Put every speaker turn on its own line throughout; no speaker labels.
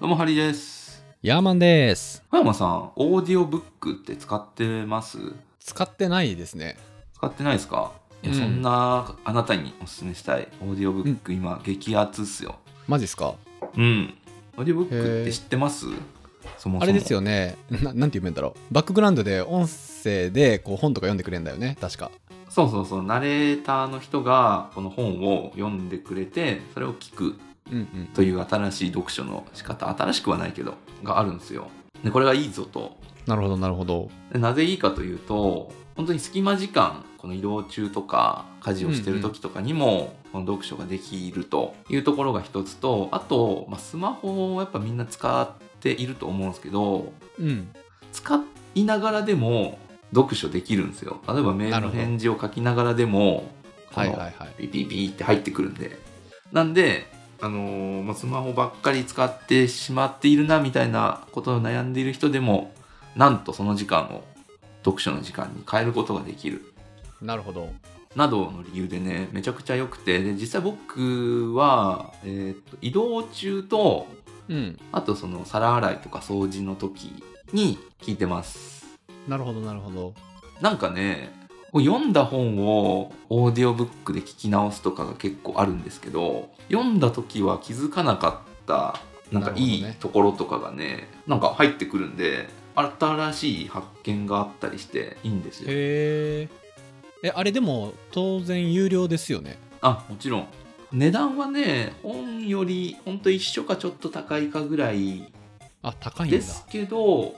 どうもハリーです
ヤーマンです。
小山さんオーディオブックって使ってます
使ってないですね。
使ってないですかいや、
うん
そんなあなたにおすすめしたいオーディオブック、今激アツっすよ
マジっすか
うんオーディオブックっ
へ
て
ー
知ってますそもそも
あれですよね。ななんて言うんだろう。バックグラウンドで音声でこう本とか読んでくれんだよね。確か。
そうそうそうナレーターの人がこの本を読んでくれてそれを聞く
うんうん。
という新しい読書の仕方新しくはないけどがあるんですよでこれがいいぞと
なるほど、なるほど。
でなぜいいかというと本当に隙間時間この移動中とか家事をしてる時とかにも、この読書ができるというところが一つとあと、まあ、スマホをやっぱみんな使っていると思うんですけど
うん。
使いながらでも読書できるんですよ例えばメールの返事を書きながらでもこ
はい
の
はいは
ピ
い。
ピピって入ってくるんでなんで、あのーまあ、スマホばっかり使ってしまっているなみたいなことを悩んでいる人でもなんとその時間を読書の時間に変えることができる
なるほど。
などの理由でねめちゃくちゃ良くてで実際僕は、えーっと移動中と
うん。
あとその皿洗いとか掃除の時に聞いてます
なるほど、なるほど。
なんかね読んだ本をオーディオブックで聞き直すとかが結構あるんですけど読んだ時は気づかなかったなんかいい
なるほどね
ところとかがねなんか入ってくるんで新しい発見があったりしていいんですよ。
へえ。え、あれでも当然有料ですよね。
あもちろん値段はね本よりほんと一緒かちょっと高いかぐらい
あ、高いんだ
で。すけど、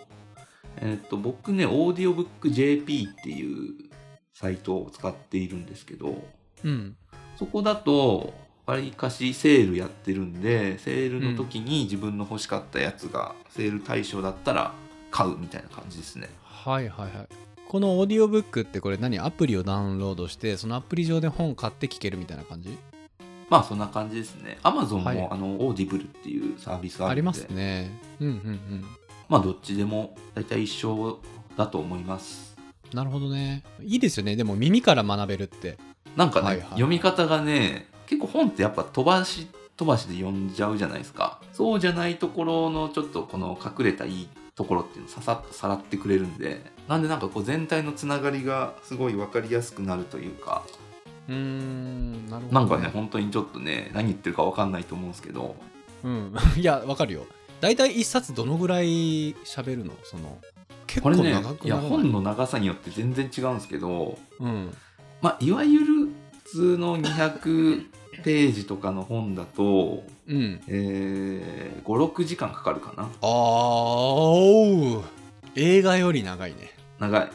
えっと僕ねオーディオブック JP っていうサイトを使っているんですけど
うん。
そこだと、わりかしセールやってるんで、セールの時に自分の欲しかったやつが、セール対象だったら買うみたいな感じですね。
はいはいはい。このオーディオブックってこれ何アプリをダウンロードしてそのアプリ上で本買って聞けるみたいな感じ
まあそんな感じですね。Amazon も、
はい
あの、オーディブルっていうサービス
あ
あ
り
るんで、
ますね。うんうんうん。
まあどっちでも大体一緒だと思います。
なるほどね。いいですよね。でも耳から学べるって。
なんかね、
はいはい
読み方がね、結構本ってやっぱ飛ばし飛ばしで読んじゃうじゃないですか。そうじゃないところのちょっとこの隠れたいいところっていうのをささっとさらってくれるんで、なんでなんかこう全体のつながりがすごい分かりやすくなるというか、
うーん、なるほど、
なんかね、本当にちょっとね、何言ってるか分かんないと思うんですけど、
うん。 いや、わかるよ。大体一冊どのぐらい喋るのその、結
こ
構
れ
長
ね
く、
い
な
や、
らない
本の長さによって全然違うんですけど、
うん。
まあ、いわゆる普通の200ページとかの本だと、
うん。
えー、5、6時間かかるかな。
あーおう映画より長いね。
長い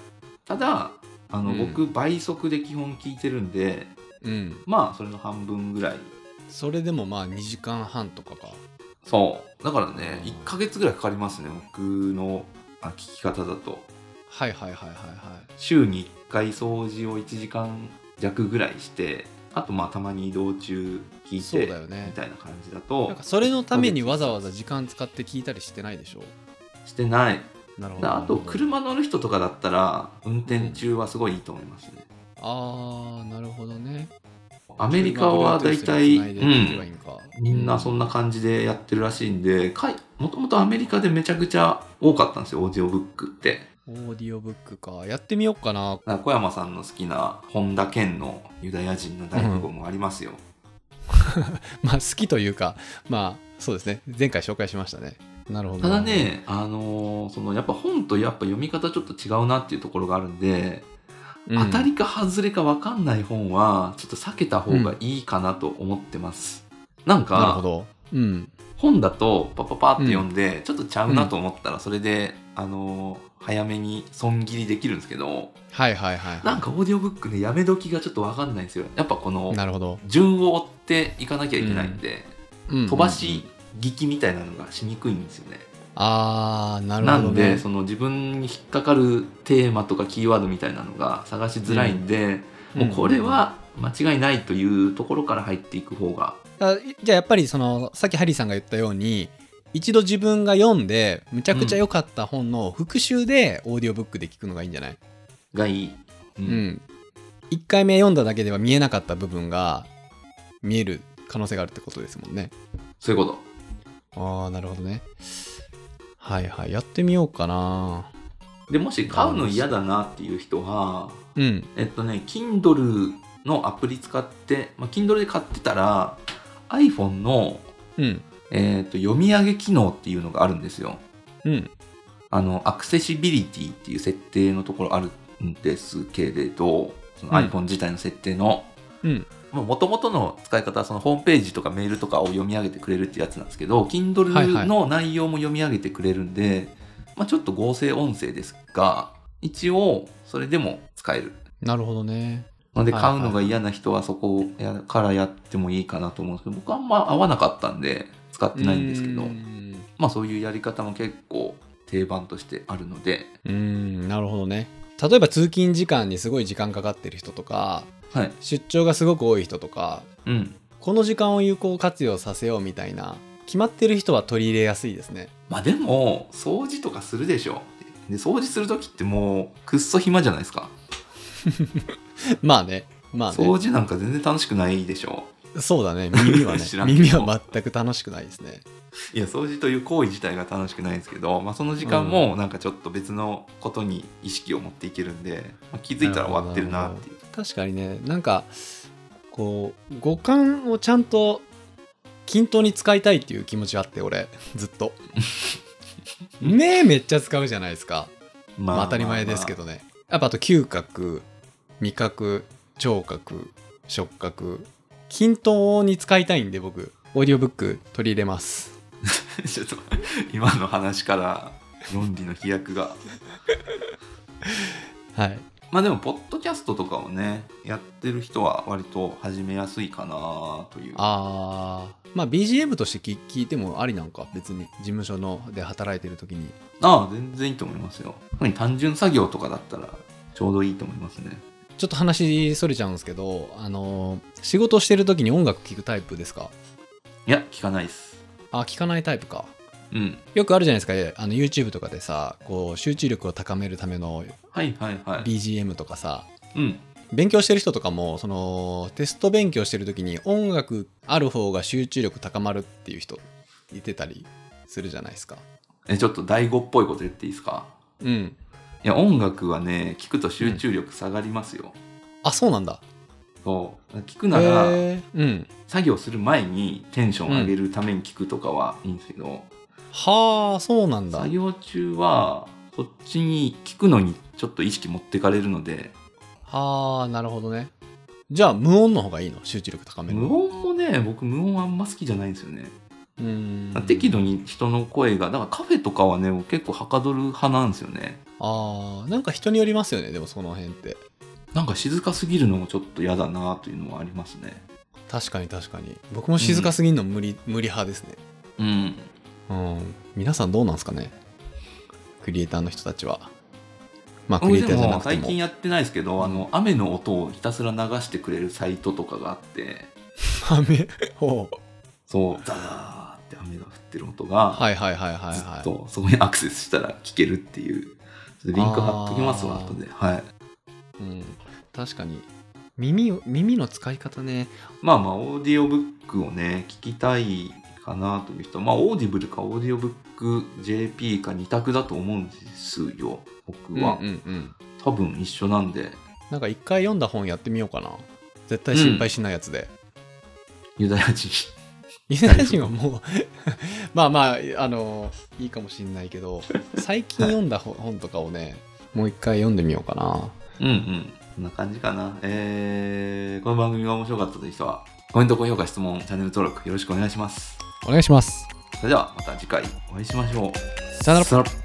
ただあの、
うん
僕倍速で基本聞いてるんで
うん。
まあそれの半分ぐらい
それでもまあ2時間半とかか。
そうだからね
うん
1ヶ月ぐらいかかりますね僕のあ聞き方だと
はいはいはいはいはい。
週に1回掃除を1時間弱ぐらいしてあとまあたまに移動中聞い
そう
て
だよね
みたいな感じだと
なんかそれのためにわざわざ時間使って聞いたりしてないでしょ
してない
なるほど。
あと
なる
車乗る人とかだったら運転中はすごいいいと思いますね、
ほど。あー、なるほどね。
アメリカは大体
車を
う
Bluetooth で繋いで聞け
ん
ばいいか
みんなそんな感じでやってるらしいんで、かいもともとアメリカでめちゃくちゃ多かったんですよ、オーディオブックって。
オーディオブックか。やってみようかな。
だ から小山さんの好きな本田健のユダヤ人の大富豪もありますよ。
まあ、好きというか、まあ、そうですね。前回紹介しましたね。なるほど。
ただ、ね、あのーそのやっぱ本とやっぱ読み方ちょっと違うなっていうところがあるんで、
うん
当たりか外れか分かんない本はちょっと避けた方がいいかなと思ってます。なん
なる
か
ほど。うん。
本だとパパパって読んで、ちょっとちゃうなと思ったらそれで、あのー早めに損切りできるんですけど、
はいはいはい、はい。
なんかオーディオブックねやめ時がちょっと分かんないんですよやっぱこの
なるほど。
順を追っていかなきゃいけないんで、
うん
飛ばし聞きみたいなのがしにくいんですよね、
あー、なる
な
ほど、
ん
ね。
でその自分に引っかかるテーマとかキーワードみたいなのが探しづらいんで、
うん
もうこれは間違いないというところから入っていく方が
あじゃあやっぱりそのさっきハリーさんが言ったように一度自分が読んでむちゃくちゃ良かった本の復習でオーディオブックで聞くのがいいんじゃない、
がいい、うん
うん、1回目読んだだけでは見えなかった部分が見える可能性があるってことですもんね。
そういうこと
ああ、なるほどね。はいはい。やってみようかな。
でもし買うの嫌だなっていう人は
うん。
えっとね Kindle のアプリ使って、まあ、Kindle で買ってたら iPhone の、
うん。
えっと読み上げ機能っていうのがあるんですよ
うん。
あのアクセシビリティっていう設定のところあるんですけれどその
うん
iPhone 自体の設定の、
うん。
もともとの使い方はそのホームページとかメールとかを読み上げてくれるってやつなんですけど
はいは
Kindle
い
の内容も読み上げてくれるんで、まあ、ちょっと合成音声ですが一応それでも使える
なるほどね。
ので
はいはい
買うのが嫌な人はそこからやってもいいかなと思うんですけど僕はあんま合わなかったんで使ってないんですけど
うーん
まあそういうやり方も結構定番としてあるので、
うーん、なるほどね。例えば通勤時間にすごい時間かかってる人とか、
はい
出張がすごく多い人とか、
うん、
この時間を有効活用させようみたいな、決まってる人は取り入れやすいですね。
まあでも掃除とかするでしょで掃除する時ってもうくっそ暇じゃないですか
まあね。まあね。
掃除なんか全然楽しくないでしょ
そうだね。耳 はね
知ら。んけど
耳は全く楽しくないですね。
いや掃除という行為自体が楽しくないんですけど、まあ、その時間もなんかちょっと別のことに意識を持っていけるんで、まあ、気づいたら終わってるなっていう
確かにね、なんか、こう、五感をちゃんと均等に使いたいっていう気持ちはあって、俺、 ずっと。目めっちゃ使うじゃないですか。
ま
まあ当たり前ですけ
ど、
どね。やっぱあと嗅覚、味覚、聴覚、触覚、均等に使いたいんで僕、オーディオブック取り入れます。
ちょっと今の話から論理の飛躍が
はい。
まあでもポッドキャストとかをねやってる人は割と始めやすいかなという
あー、まあ BGM として聞聞いてもありなんか、別に事務所ので働いてる時に。
ああ全然いいと思いますよ特に単純作業とかだったらちょうどいいと思いますね
ちょっと話それちゃうんですけど、あのー仕事してる時に音楽聴くタイプですか
いや聞かないっす
あ、聞かないタイプか。
うん
よくあるじゃないですか、あの YouTube とかでさ、こう集中力を高めるための
はいはいはい
BGM とかさ、
うん
勉強してる人とかも、そのテスト勉強してる時に音楽ある方が集中力高まるっていう人いてたりするじゃないですか。
えちょっと大悟っぽいこと言っていいですか
うん。
いや音楽はね聞くと集中力下がりますよ、
あ、そうなんだ。
そう聞くなら
へーうん。
作業する前にテンション上げるために聞くとかはいいんですけど、
はあ、そうなんだ
作。業中はそっちに聞くのにちょっと意識持ってかれるので
はあ、なるほどね。じゃあ無音の方がいいの集中力高めるの。
無音もね僕無音あんま好きじゃないんですよね
うん
適度に人の声がだからカフェとかはね僕結構はかどる派なんですよね
ああなんか人によりますよねでもその辺って
なんか静かすぎるのもちょっと嫌だなというのはありますね
確かに確かに僕も静かすぎるの無理、無理派ですね
うん
うん皆さんどうなんですかねクリエイターの人たちはまあクリエ
俺
イタ
で
ーじゃな
も
くて
最
も
近やってないですけどあの雨の音をひたすら流してくれるサイトとかがあって
雨ほう
そうザーって雨が降ってる音が
はいはいはいはい
ずっ
は
とそこにアクセスしたら聞けるっていうちょっとリンク貼っときますわ
あー
後ではい
い、うん、確かに耳を耳の使い方ね
まあまあオーディオブックをね聞きたいかなという人まあオーディブルかオーディオブック JP か2択だと思うんですよ僕は、
うんうんうん
多分一緒なんで
なんか一回読んだ本やってみようかな絶対心配しないやつで、
ユダヤ人
ユダヤ人はもう まあまああのいいかもしんないけど最近読んだ本本とかをねもう一回読んでみようかな
うんうんこんな感じかなえー、この番組が面白かったという人はコメント高評価質問チャンネル登録よろしくお願いします
お願いします
それではまた次回お会いしましょう
さよなら
さよなら